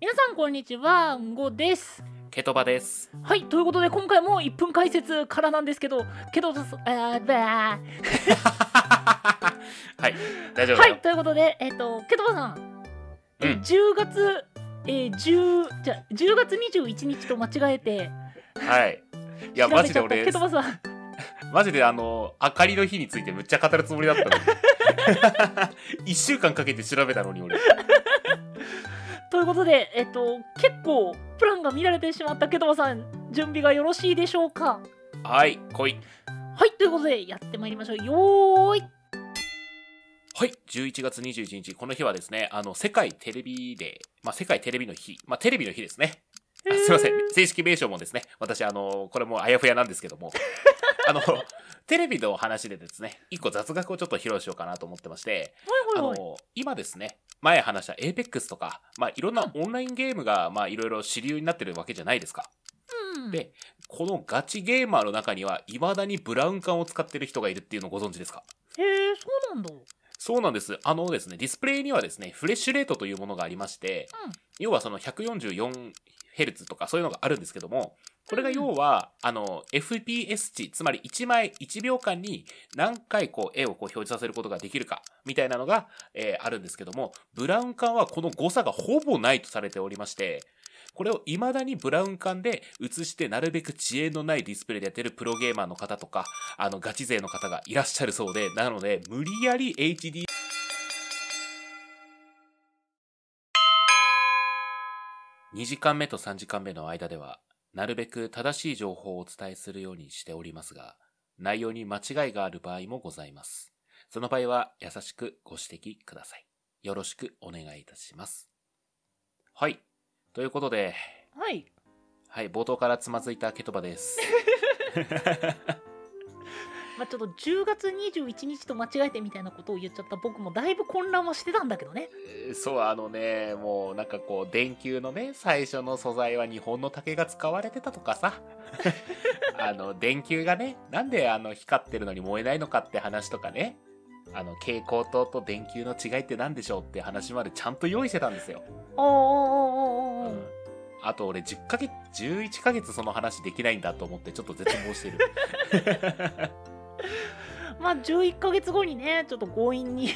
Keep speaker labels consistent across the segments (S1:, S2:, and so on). S1: 皆さんこんにちはゴです
S2: ケト バです。
S1: はいということで今回も1分解説からなんですけどけどさあーばー
S2: はい、大丈夫
S1: は
S2: だよ。
S1: いということでえっ、とけどばさん、え
S2: うん
S1: 10月えー、10じゃ10月21日と間違えて
S2: はい。い
S1: 調
S2: や、マ
S1: べち
S2: ジで
S1: ゃった
S2: 俺
S1: けど、ばさん
S2: マジであの、明かりの日についてむっちゃ語るつもりだったのに。 一週間かけて調べたのに俺。
S1: ということでえっ、と結構プランが乱れてしまったけどばさん準備がよろしいでしょうか
S2: はい、来い。
S1: はいということでやってまいりましょうよーい
S2: はい、11月21日、この日はですね、あの、世界テレビデー、まあ、世界テレビの日、まあ、テレビの日ですね。あすいません、正式名称もですね、私、あの、これもあやふやなんです けども、あの、テレビのお話でですね、一個雑学をちょっと披露しようかなと思ってまして、
S1: はい
S2: あ
S1: はいはい
S2: の今ですね前話した APEX とか、まあ、いろんなオンラインゲームが、まあ、いろいろ主流になってるわけじゃないですか
S1: うん
S2: でこのガチゲーマーの中にはいまだにブラウン管を使ってる人がいるっていうのをご存知ですか
S1: へえそうなんだ
S2: そうなんですあのですねディスプレイにはですねフレッシュレートというものがありまして、
S1: うん
S2: 要はその 144Hz とかそういうのがあるんですけどもこれが要は、あの FPS 値つまり1枚1秒間に何回こう絵をこう表示させることができるかみたいなのが、えーあるんですけどもブラウン管はこの誤差がほぼないとされておりましてこれを未だにブラウン管で映してなるべく遅延のないディスプレイでやってるプロゲーマーの方とかあのガチ勢の方がいらっしゃるそうでなので無理やり HD 2時間目と3時間目の間では、なるべく正しい情報をお伝えするようにしておりますが、内容に間違いがある場合もございます。その場合は優しくご指摘ください。よろしくお願いいたします。はい。ということで、
S1: はい
S2: はい、冒頭からつまずいたケトバです。
S1: まあ、ちょっと10月21日と間違えてみたいなことを言っちゃった僕もだいぶ混乱はしてたんだけどね
S2: えーそう、あのね、もうなんかこう、電球のね、最初の素材は日本の竹が使われてたと かさ。あの、電球がね、なんであの、光ってるのに燃えないのかって話とかね。あの、蛍光灯と電球の違いって何でしょうって話までちゃんと用意してたんですよ。
S1: おーおーおーおーおー
S2: うんあと俺10ヶ月、11ヶ月その話できないんだと思ってちょっと絶望してる。
S1: まあ11ヶ月後にねちょっと強引に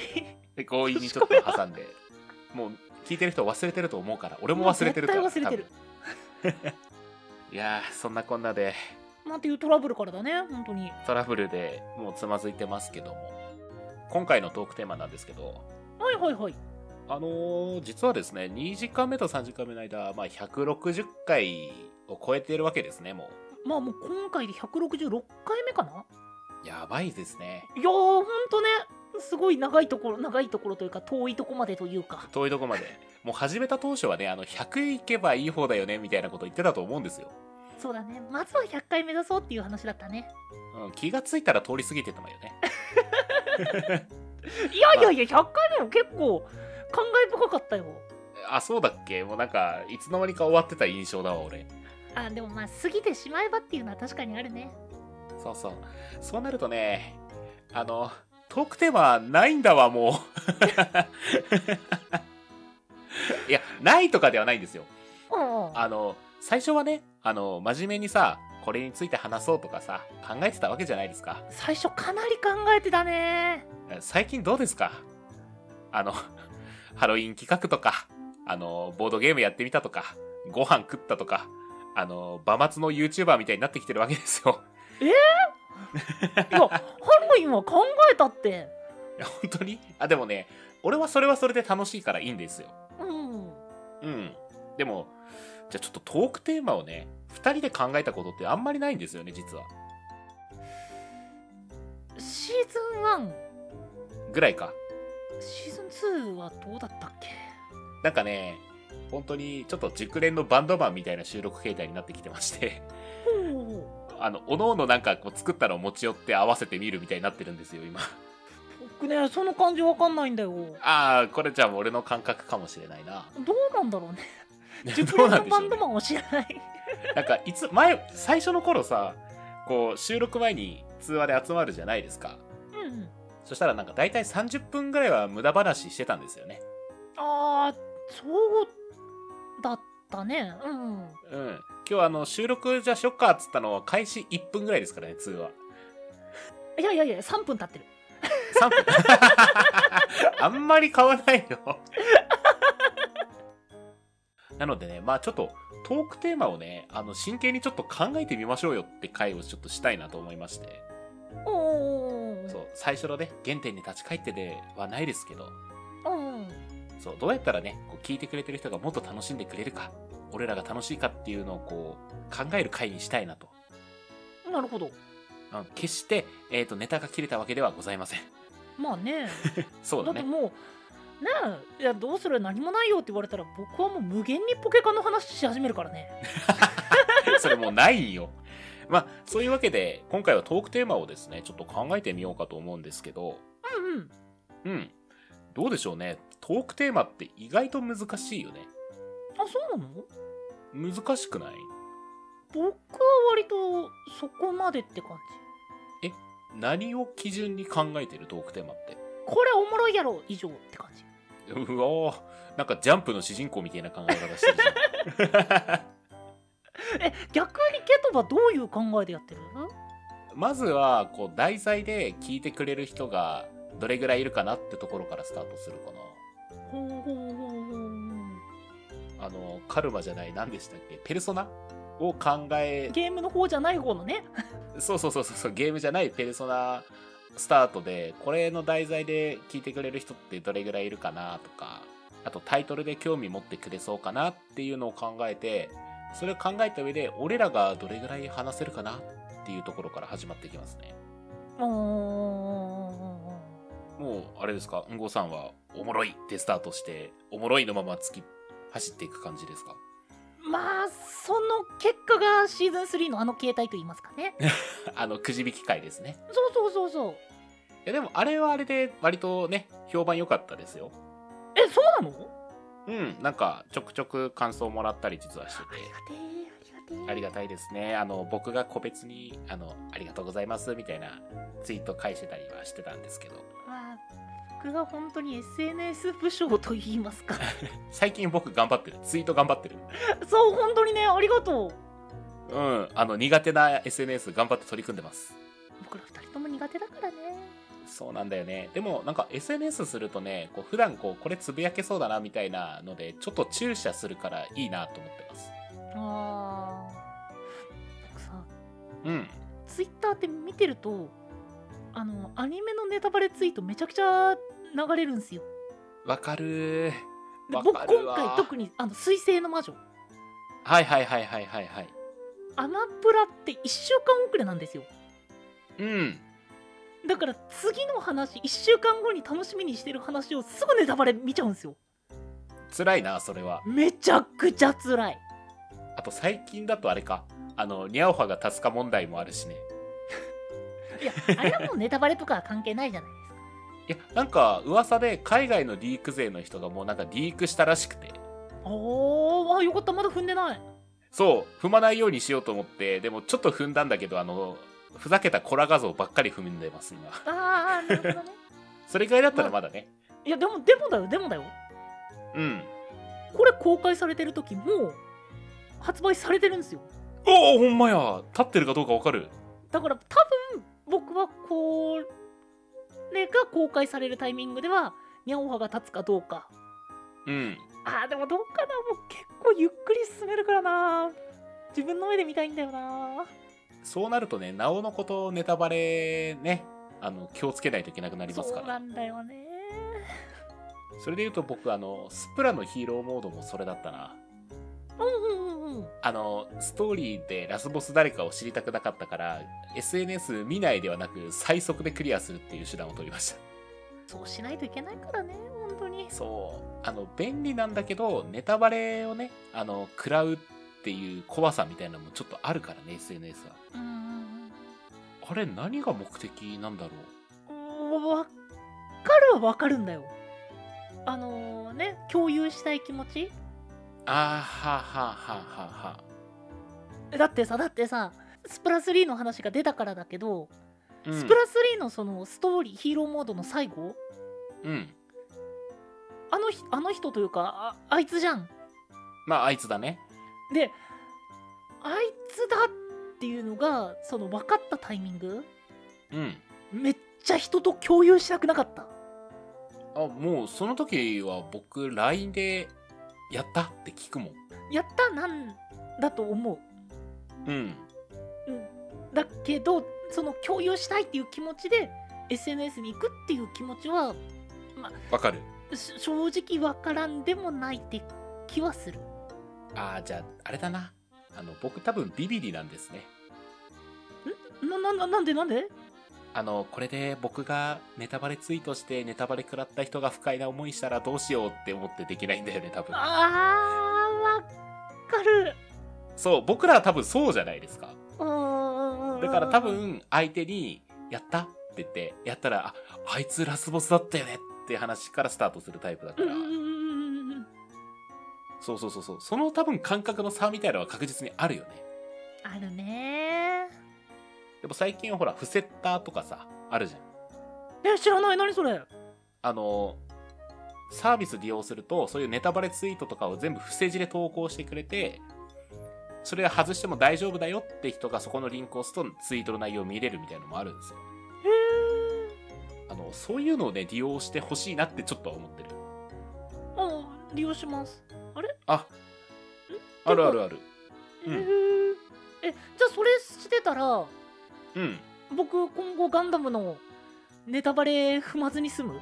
S2: で強引にちょっと挟んで。もう、聞いてる人忘れてると思うから、俺も忘れてるから。
S1: もう絶対忘れてる
S2: 多分いやー、そんなこんなで、
S1: なんていうトラブルからだね本当に
S2: トラブルでもうつまずいてますけども今回のトークテーマなんですけど
S1: はいはいはい
S2: あのー実はですね2時間目と3時間目の間、まあ、160回を超えているわけですねも
S1: まあもう今回で166回目かな
S2: うやばいですね
S1: いやーほんとねすごい長いところ長いところというか遠いとこまでというか
S2: 遠いとこまでもう始めた当初はねあの100いけばいい方だよねみたいなこと言ってたと思うんですよ、
S1: そうだねまずは100回目指そうっていう話だったね
S2: うん、気がついたら通り過ぎてたのよね
S1: いやいやいや100回目も結構感慨深かったよ
S2: あそうだっけもうなんかいつの間にか終わってた印象だわ俺
S1: あでもまあ過ぎてしまえばっていうのは確かにあるね
S2: そうそうそうなるとねあのトークテーマないんだわもう いやないとかではないんですよ
S1: うんうん
S2: あの最初はねあの真面目にさこれについて話そうとかさ考えてたわけじゃないですか
S1: 最初かなり考えてたね
S2: 最近どうですかあのハロウィン企画とかあのボードゲームやってみたとかご飯食ったとかあの馬末の YouTuber みたいになってきてるわけですよ
S1: いやハロウィンは考えたって
S2: いや本当にあでもね俺はそれはそれで楽しいからいいんですよ
S1: うん
S2: うんでもじゃあちょっとトークテーマをね2人で考えたことってあんまりないんですよね実は
S1: シーズン
S2: ぐらいか
S1: 1シーズン2はどうだったっけ
S2: なんかね本当にちょっと熟練のバンドマンみたいな収録形態になってきてまして
S1: ほうほうほ
S2: あのおのおのなんかこう作ったのを持ち寄って合わせてみるみたいになってるんですよ今
S1: う僕ねその感じわかんないんだよ
S2: ああこれじゃあ俺の感覚かもしれない な
S1: どうなんだろう ね熟
S2: どう
S1: 練の
S2: なんでし
S1: バ
S2: ょう
S1: ン
S2: ね
S1: ドマンを知らない
S2: なんかいつ前最初の頃さこう収録前に通話で集まるじゃないですか
S1: うんうん
S2: そしたらなんか大体30分ぐらいは無駄話してたんですよね。
S1: あーそうだったね。うん。
S2: うん。今日はあの、収録じゃしよっかっつったのは開始1分ぐらいですからね、通話。
S1: いやいやいや、3分経ってる。
S2: 3分 あんまり買わないよ。なのでね、まあちょっとトークテーマをね、あの、真剣にちょっと考えてみましょうよって回をちょっとしたいなと思いまして。
S1: おお
S2: そう、最初のね、原点に立ち返ってではないですけど、
S1: うん。
S2: そう、どうやったらね、こう聞いてくれてる人がもっと楽しんでくれるか、俺らが楽しいかっていうのをこう、考える回にしたいなと。
S1: なるほど。
S2: うん決して、えっ、と、ネタが切れたわけではございません。
S1: まあね。
S2: そう
S1: だ
S2: だ
S1: って
S2: ね。
S1: もう、ねえ、いや、どうする何もないよって言われたら、僕はもう無限にポケカの話し始めるからね。
S2: それもうないよ。まあ、そういうわけで、今回はトークテーマをですね、ちょっと考えてみようかと思うんですけど、
S1: うんうん。
S2: うん。どうでしょうね。トークテーマって意外と難しいよね。
S1: あ、そうなの
S2: 難しくない
S1: 僕は割とそこまでって感じ。
S2: 何を基準に考えてるトークテーマって。
S1: これおもろいやろ以上って感じ。
S2: うわーなんかジャンプの主人公みたいな考え方してるじゃん。
S1: え、逆にケトバどういう考えでやってる
S2: まずは、こう、題材で聞いてくれる人がどれぐらいいるかなってところからスタートするか
S1: ほうほうほうほうほう
S2: な。あの、カルマじゃない、何でしたっけペルソナを考え
S1: ゲームの方じゃない方のね。
S2: そうそうそうそうそう、ゲームじゃないペルソナスタートで、これの題材で聞いてくれる人ってどれぐらいいるかなとか、あとタイトルで興味持ってくれそうかなっていうのを考えて、それを考えた上で、俺らがどれぐらい話せるかなっていうところから始まっていきますね。
S1: あー
S2: もう、あれですか、うんごさんは、おもろいってスタートして、おもろいのまま突き走っていく感じですか
S1: まあ、その結果がシーズン3のあの形態と言いますかね。
S2: あの、くじ引き会ですね。
S1: そうそうそうそう。
S2: いや、でも、あれはあれで、割とね、評判良かったですよ。
S1: え、そうなの
S2: うん、なんかちょくちょく感想もらったり実はして
S1: ありがてえ、ありがてえ。
S2: て、ありがたいですね。あの、僕が個別に、あの、ありがとうございますみたいなツイート返してたりはしてたんですけど、
S1: まあ、僕が本当に SNS 不詳と言いますか。
S2: 最近僕頑張ってる。ツイート頑張ってる。
S1: そう、本当にね、ありがとう。
S2: うん、あの、苦手な SNS 頑張って取り組んでます。
S1: 僕ら二人とも苦手だからね。
S2: そうなんだよね。でも、なんか SNS するとね、こう普段こう、これつぶやけそうだなみたいなので、ちょっと注射するからいいなと思ってます。
S1: あー。僕さ、
S2: うん。
S1: ツイッターって見てると、あの、アニメのネタバレツイートめちゃくちゃ流れるんすよ。
S2: わかるー。
S1: で
S2: わ
S1: 僕
S2: かる
S1: 今
S2: わ
S1: 回特に「あの水星の魔女
S2: はいはいはいはいはいはい。」
S1: アマプラって1週間遅れなんですよ
S2: うん。
S1: だから次の話1週間後に楽しみにしてる話をすぐネタバレ見ちゃうんですよ
S2: 辛いな、それは。
S1: めちゃくちゃ辛い
S2: あと最近だとあれか。あの、ニャオハがタスカ問題もあるしね。
S1: いやあれはもうネタバレとかは関係ないじゃないですか
S2: いや、なんか噂で海外のリーク勢の人がもうなんかリークしたらしくて。
S1: おーあよかったまだ踏んでない
S2: そう、踏まないようにしようと思って、でもちょっと踏んだんだけど、あの、ふざけたコラ画像ばっかり踏んでます、今。
S1: あーなるほどね
S2: それぐらいだったらまだね。
S1: いやでもでもだよでもだよ
S2: うん。
S1: これ公開されてる時もう発売されてるんですよ
S2: おお、ほんまや。立ってるかどうかわかる。
S1: だから多分僕はこれが公開されるタイミングではニャオハが立つかどうか
S2: うん。
S1: あーでもどうかなもう結構ゆっくり進めるからな自分の目で見たいんだよな
S2: そうなるとね、なおのことネタバレね、あの、気をつけないといけなくなりますか
S1: そう
S2: ら。
S1: なんだよね
S2: それで言うと僕あのスプラのヒーローモードもそれだったな
S1: うんうんうんうん
S2: あのストーリーでラスボス誰かを知りたくなかったから SNS 見ないではなく最速でクリアするっていう手段を取りまし
S1: そうしないといけないからね本当に
S2: たそうあの便利なんだけどネタバレをねあの食らうっていう怖さみたいなのもちょっとあるからね SNS は
S1: うんうん
S2: あれ何が目的なんだろう
S1: うんわかるはわかるんだよあのね共有したい気持ち
S2: あーはあはあはあはあはあ
S1: だってさだってさスプラ3の話が出たからだけど
S2: うん
S1: スプラ3のそのストーリーヒーローモードの最後
S2: うん
S1: あのひあの人というかああいつじゃん
S2: まあ、あいつだね。
S1: であいつだっていうのがその分かったタイミング
S2: うん。
S1: めっちゃ人と共有しなくなかった
S2: あ、もう、その時は僕、LINE で、やったって聞くもん。
S1: やったなんだと思う
S2: うん。
S1: うんだけどその共有したいっていう気持ちで SNS に行くっていう気持ちは
S2: わかる。
S1: し正直わからんでもないって気はする
S2: ああ、じゃあ、あれだな。あの、僕多分ビビリなんですね。
S1: ななななんでなんで
S2: あの、これで僕がネタバレツイートしてネタバレ食らった人が不快な思いしたらどうしようって思ってできないんだよね、多分。
S1: あーわかる
S2: そう、僕らは多分そうじゃないですか。
S1: うーん
S2: だから多分相手に、やったって言って、やったら、あ、あいつラスボスだったよねって話からスタートするタイプだか
S1: うん
S2: ら
S1: う。んうんうん
S2: そうそうそうそう。その多分感覚の差みたいなのは確実にあるよね。
S1: あるね
S2: でも最近はほら、フセッターとかさ、あるじゃん。
S1: え知らない何それ
S2: あの、サービス利用すると、そういうネタバレツイートとかを全部伏せ字で投稿してくれて、それ外しても大丈夫だよって人がそこのリンクを押すとツイートの内容を見れるみたいなのもあるんですよ。
S1: へえ
S2: あの、そういうのをね、利用してほしいなってちょっとは思ってる。
S1: うん利用します
S2: あ、あるあるある。
S1: へ
S2: うん
S1: ーえじゃあそれしてたら
S2: うん。
S1: 僕今後ガンダムのネタバレ踏まずに済む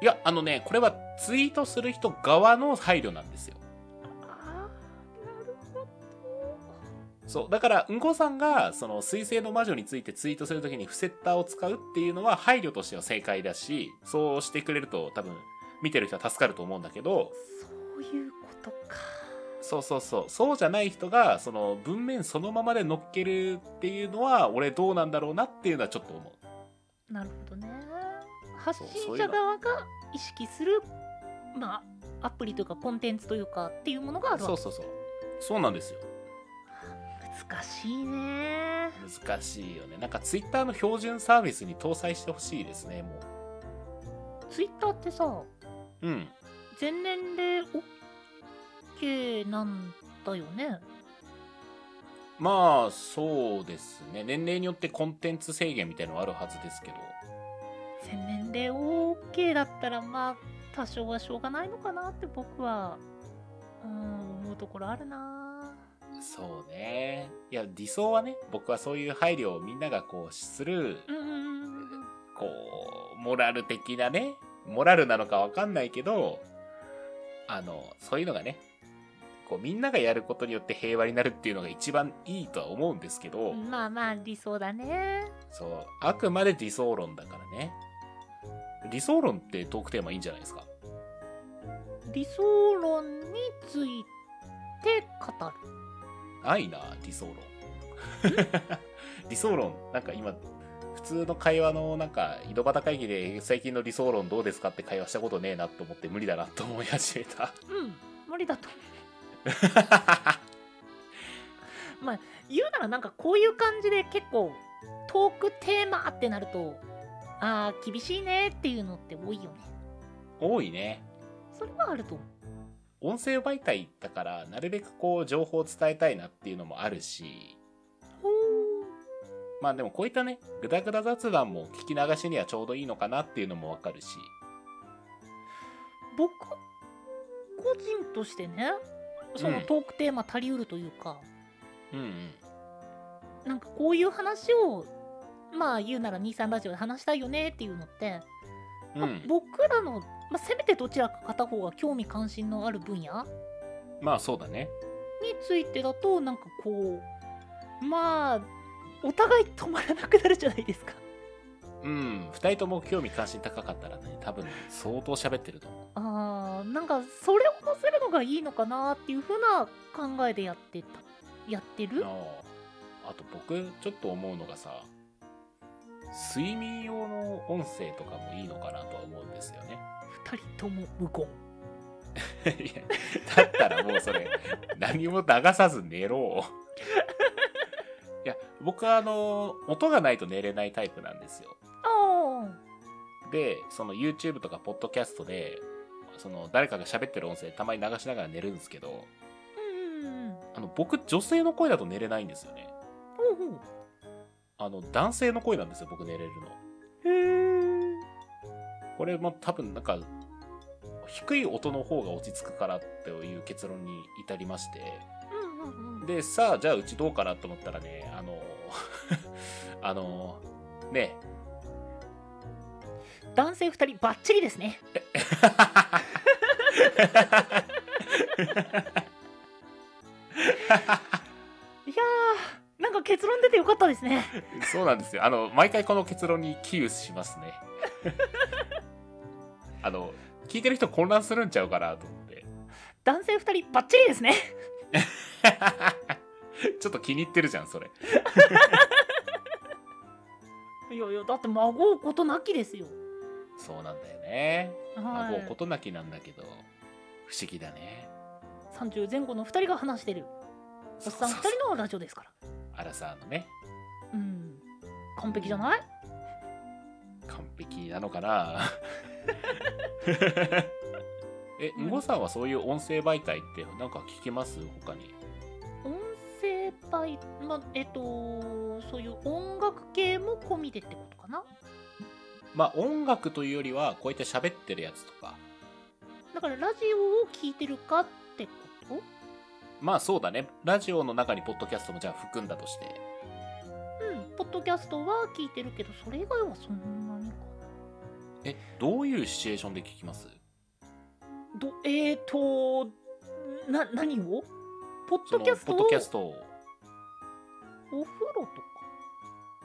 S2: いや、あのね、これはツイートする人側の配慮なんですよ。
S1: あーなるほ
S2: そう。だから、うんこさんが、その、水星の魔女についてツイートするときにフセッターを使うっていうのは配慮としては正解だし、そうしてくれると多分、見てる人は助かると思うんだけど
S1: ど、そういうことか
S2: そうそうそう、そうじゃない人が、その、文面そのままで乗っけるっていうのは、俺どうなんだろうなっていうのはちょっと思う。
S1: なるほどね発
S2: そ
S1: 信
S2: うい
S1: 者
S2: うの
S1: 側が意識するまあアプリというかコンテンツというかっていうものがある
S2: そ
S1: わ
S2: うそうそう。そうなんですよ。
S1: 難しいね
S2: 難しいよね。なんか、ツイッターの標準サービスに搭載してほしいですね、も
S1: ツイッターってさ
S2: う。うん。
S1: 全年齢 OK なんだよね
S2: まあ、そうですね。年齢によってコンテンツ制限みたいのはあるはずですけど。
S1: 全年齢 OK だったらまあ多少はしょうがないのかなって僕はうん思うところあるな
S2: そうね。いや、理想はね、僕はそういう配慮をみんながこう、する、
S1: うんうんうん
S2: こう、モラル的なね、モラルなのかわかんないけど、あの、そういうのがね、こう、みんながやることによって平和になるっていうのが一番いいとは思うんですけど、
S1: うんまあまあ理想だね
S2: そう、あくまで理想論だからね。理想論ってトークテーマいいんじゃないですか。
S1: 理想論について語る
S2: ないな理想論 理想論なんか今普通の会話のなんか井戸端会議で最近の理想論どうですかって会話したことねえなと思って無理だなと思い始めた
S1: うん 無理だと言うならなんかこういう感じで結構トークテーマってなるとああ厳しいねっていうのって多いよね
S2: 多いね
S1: それはあると思う
S2: 音声媒体だからなるべくこう情報を伝えたいなっていうのもあるしまあでもこういったねグダグダ雑談も聞き流しにはちょうどいいのかなっていうのもわかるし
S1: 僕個人としてねその
S2: うん
S1: トークテーマ足りうるというか、
S2: うんうん
S1: なんかこういう話をまあ言うなら23ラジオで話したいよねっていうのって、
S2: う
S1: まあ
S2: ん、
S1: 僕らの、まあ、せめてどちらか片方が興味関心のある分野
S2: まあそうだね
S1: についてだとなんかこうまあお互い止まらなくなるじゃないです か。
S2: うん2人とも興味関心高かったらね多分相当喋ってると思う
S1: あーなんかそれを乗せるのがいいのかなっていう風な考えでやってたやってる
S2: あああと僕ちょっと思うのがさ睡眠用の音声とかもいいのかなとは思うんですよね
S1: 二人とも無言。
S2: いやだったらもう それ何も流さず寝ろういや僕はあの音がないと寝れないタイプなんですよ
S1: ああ
S2: でその YouTube とかポッドキャストでその誰かが喋ってる音声たまに流しながら寝るんですけど
S1: うんうんうん
S2: あの僕女性の声だと寝れないんですよね
S1: ほうほう
S2: あの男性の声なんですよ僕寝れる
S1: へえ
S2: のこれも多分なんか低い音の方が落ち着くからっていう結論に至りまして
S1: うんうんうん
S2: でさあじゃあうちどうかなと思ったらねあの あのね
S1: 男性二人バッチリですねいやーなんか結論出てよかったですね
S2: そうなんですよ。あの、毎回この結論に寄与しますね。 あの、聞いてる人混乱するんちゃうかなと思って。
S1: 男性二人バッチリですね
S2: ちょっと気に入ってるじゃん、それ。
S1: いやいやだって孫うことなきですよ
S2: そうなんだよね。
S1: は
S2: あ、もうこ
S1: い
S2: となきなんだけど、不思議だね。
S1: 30前後の二人が話してるおっさん二人のラジオですから
S2: アラサーのね、
S1: うん完璧じゃない
S2: 完璧なのかな え、んごさんはそういう音声媒体ってなんか聞きます他に。
S1: 音声媒まえっとそういう音楽系も込みでってことかな
S2: まあ、音楽というよりは、こういった喋ってるやつとか、
S1: だからラジオを聞いてるかってこと
S2: まあそうだね。ラジオの中にポッドキャストもじゃあ含んだとして。
S1: うんポッドキャストは聞いてるけどそれ以外はそんなにか
S2: え、どういうシチュエーションで聞きます
S1: どえーとな何をポッド
S2: その
S1: キャスト
S2: ポッ
S1: を
S2: ドキャストを。
S1: お風呂とか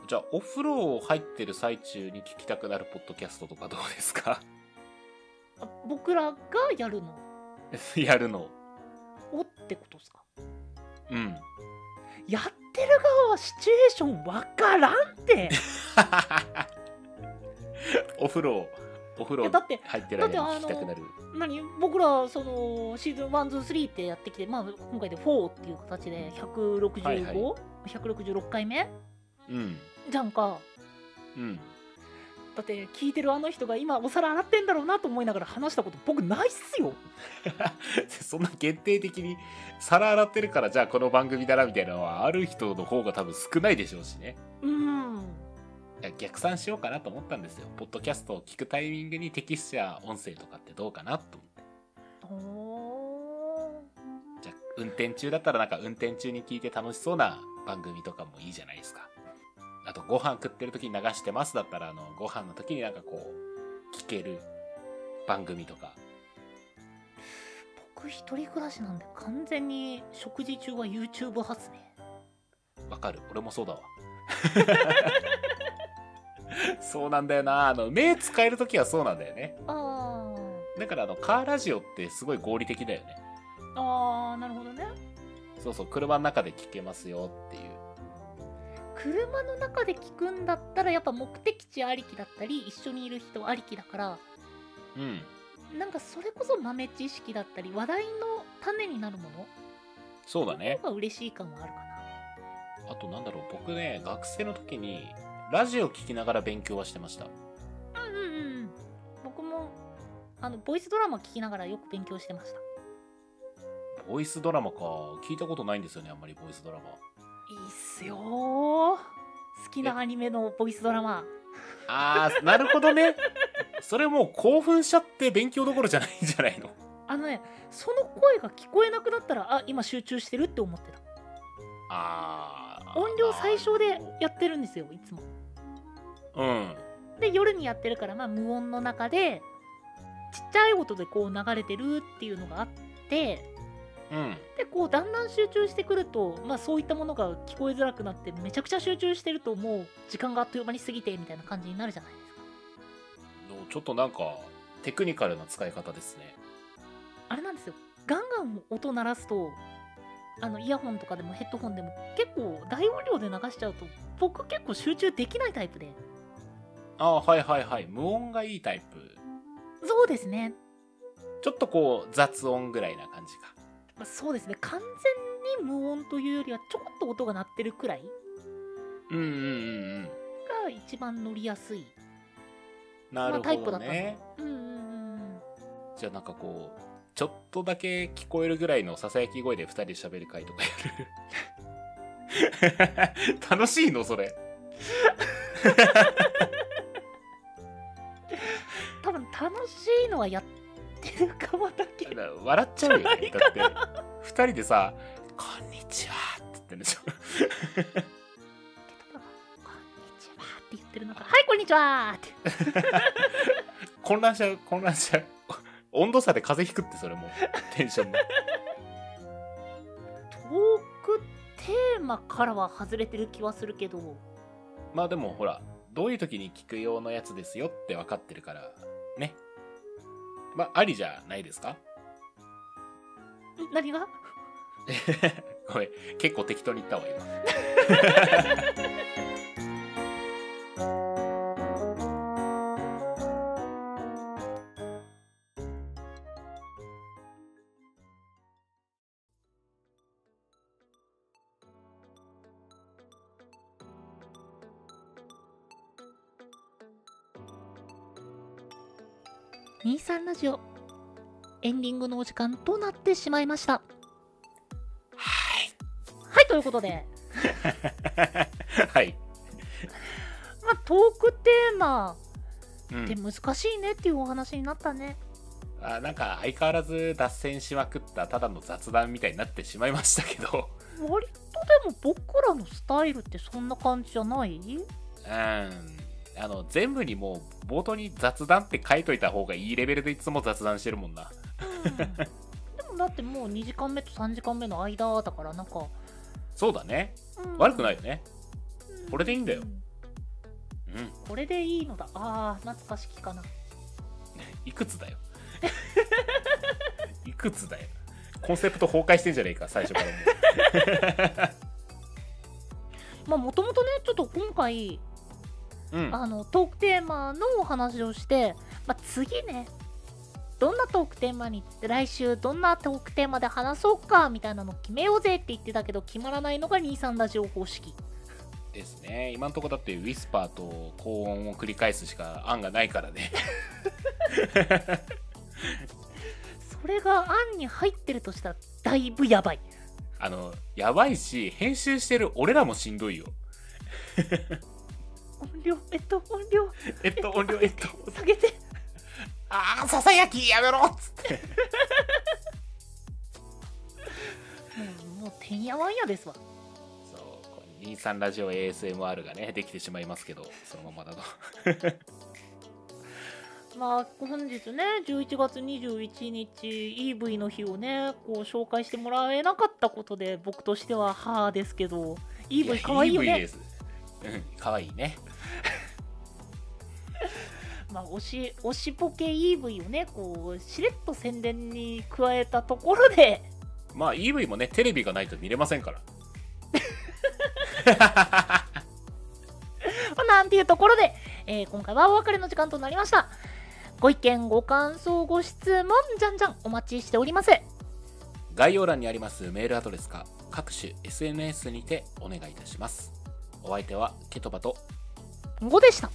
S2: じゃあ、お風呂入ってる最中に聞きたくなるポッドキャストとかどうで すか
S1: あ僕らがやるの
S2: やるの。
S1: をってことですか
S2: うん。
S1: やってる側はシチュエーションわからんって
S2: お風呂、お風
S1: い
S2: 呂
S1: やだって
S2: 入ってる間に聞きたくなる。
S1: 何僕らそのシーズン123ってやってきて、まあ、今回で4っていう形で165、
S2: はいはい
S1: 166回目
S2: うん。
S1: じゃんか
S2: うん。
S1: だって聞いてるあの人が今お皿洗ってんだろうなと思いながら話したこと僕ないっすよ
S2: そんな限定的に皿洗ってるからじゃあこの番組だなみたいなのはある人の方が多分少ないでしょうしね。
S1: うん
S2: いや逆算しようかなと思ったんですよ。ポッドキャストを聞くタイミングに適した音声とかってどうかなと思って。
S1: お
S2: じゃあ、運転中だったらなんか運転中に聞いて楽しそうな番組とかもいいじゃないですか。あと、ご飯食ってる時に流してますだったら、あの、ご飯の時になんかこう、聞ける番組とか。
S1: 僕一人暮らしなんで完全に食事中は YouTube 派っすね
S2: わかる俺もそうだわ。 そうなんだよな。あの、目使える時はそうなんだよね。
S1: あー
S2: だからあの、カーラジオってすごい合理的だよね。
S1: あーなるほどね
S2: そうそう、車の中で聞けますよっていう。
S1: 車の中で聞くんだったらやっぱ目的地ありきだったり一緒にいる人ありきだから
S2: うん。
S1: なんかそれこそ豆知識だったり話題の種になるもの
S2: そうだね
S1: の。方が嬉しい感はあるか
S2: あとなんだろう、僕ね、学生の時に、ラジオ聞きながら勉強はしてました。
S1: なうんうんうん僕もあのボイスドラマ聞きながらよく勉強してましたい
S2: ボイスドラマか。聞いたことないんですよね、あんまりボイスドラマ。
S1: いっすよー好き
S2: え
S1: なアニメのボイスドラマ
S2: あー、なるほ どね。それもう興奮しちゃって勉強どころじゃないんじゃないの。
S1: あのねその声が聞こえなくなったらあ今集中してるって思ってた
S2: あー。
S1: 音量最小でやってるんですよいつも
S2: うん。
S1: で夜にやってるから、まあ、無音の中でちっちゃい音でこう流れてるっていうのがあって
S2: うん。
S1: でこうだんだん集中してくると、まあ、そういったものが聞こえづらくなってめちゃくちゃ集中してるともう時間があっという間に過ぎてみたいな感じになるじゃないですか
S2: ちょっとなんか、テクニカルな使い方ですね。
S1: あれなんですよガンガン音鳴らすとあのイヤホンとかでもヘッドホンでも結構大音量で流しちゃうと僕結構集中できないタイプで
S2: あー、はいはいはい。無音がいいタイプ。
S1: そうですね
S2: ちょっとこう、雑音ぐらいな感じか。
S1: まあそうですね完全に無音というよりはちょこっと音が鳴ってるくらい
S2: うんうんうんうん。
S1: が一番乗りやすい
S2: なるほどね。
S1: うんうんうん
S2: じゃあなんかこう、ちょっとだけ聞こえるぐらいのささやき声で2人で喋る会とかやる。 楽しいのそれ。
S1: 多分楽しいのはやってる側だけ
S2: だ笑っちゃうよね。だっ
S1: じ
S2: て
S1: ゃな、
S2: 2人でさ、こんにちはって言ってんでしょ。
S1: こんにちはって言ってるのか、はい、こんにちはって。
S2: 混乱しちゃう、混乱しちゃう。温度差で風邪ひくってそれもうテンションの。
S1: トークテーマからは外れてる気はするけど、
S2: まあでもほら、どういう時に聞く用のやつですよって分かってるから、ね。まあ、ありじゃないですか
S1: ん何が
S2: ごめん、結構適当に言ったわ、今。
S1: 23ラジオエンディングのお時間となってしまいました
S2: はい。
S1: はいということで、
S2: はい。
S1: まあ、トークテーマ
S2: う
S1: って
S2: ん、
S1: 難しいねっていうお話になったね、
S2: あなんか相変わらず脱線しまくったただの雑談みたいになってしまいましたけど
S1: 割とでも僕らのスタイルってそんな感じじゃ ない
S2: うんあの全部にもう冒頭に雑談って書いといた方がいいレベルでいつも雑談してるもんな
S1: うん、でもだってもう2時間目と3時間目の間だからなんか、
S2: そうだね
S1: うん
S2: 悪くないよねこれでいいんだよ
S1: う
S2: うん
S1: これでいいのだあー懐かしきかない
S2: くつだ よいくつだよコンセプト崩壊してんじゃねえか最初からも
S1: まあもともとねちょっと今回
S2: う、うん、
S1: あのトークテーマのお話をして、まあ、次ねどんなトークテーマに来週どんなトークテーマで話そうかみたいなの決めようぜって言ってたけど決まらないのが23ラジオ方式
S2: ですね今んとこだってウィスパーと高音を繰り返すしか案がないからね
S1: それが案に入ってるとしたらだいぶやばい
S2: あのやばいし編集してる俺らもしんどいよ
S1: 音量えっと音量
S2: えっと音量えっと
S1: 下げて
S2: ああささやきやめろっつって
S1: もうもうてんやわんやですわ
S2: そうこれ23ラジオ ASMR がねできてしまいますけどそのままだと
S1: まあ本日ね11月21日 EV の日をねこう紹介してもらえなかったことで僕としてははあですけど EV かわいいよね
S2: EV ですうんかわいいね
S1: まあ、推し推しポケ EV をねこうしれっと宣伝に加えたところで
S2: まあ EV もねテレビがないと見れませんから
S1: まあなんていうところで、えー今回はお別れの時間となりましたご意見ご感想ご質問じゃんじゃんお待ちしております
S2: 概要欄にありますメールアドレスか各種 SNS にてお願いいたしますお相手はケトバと
S1: 5でした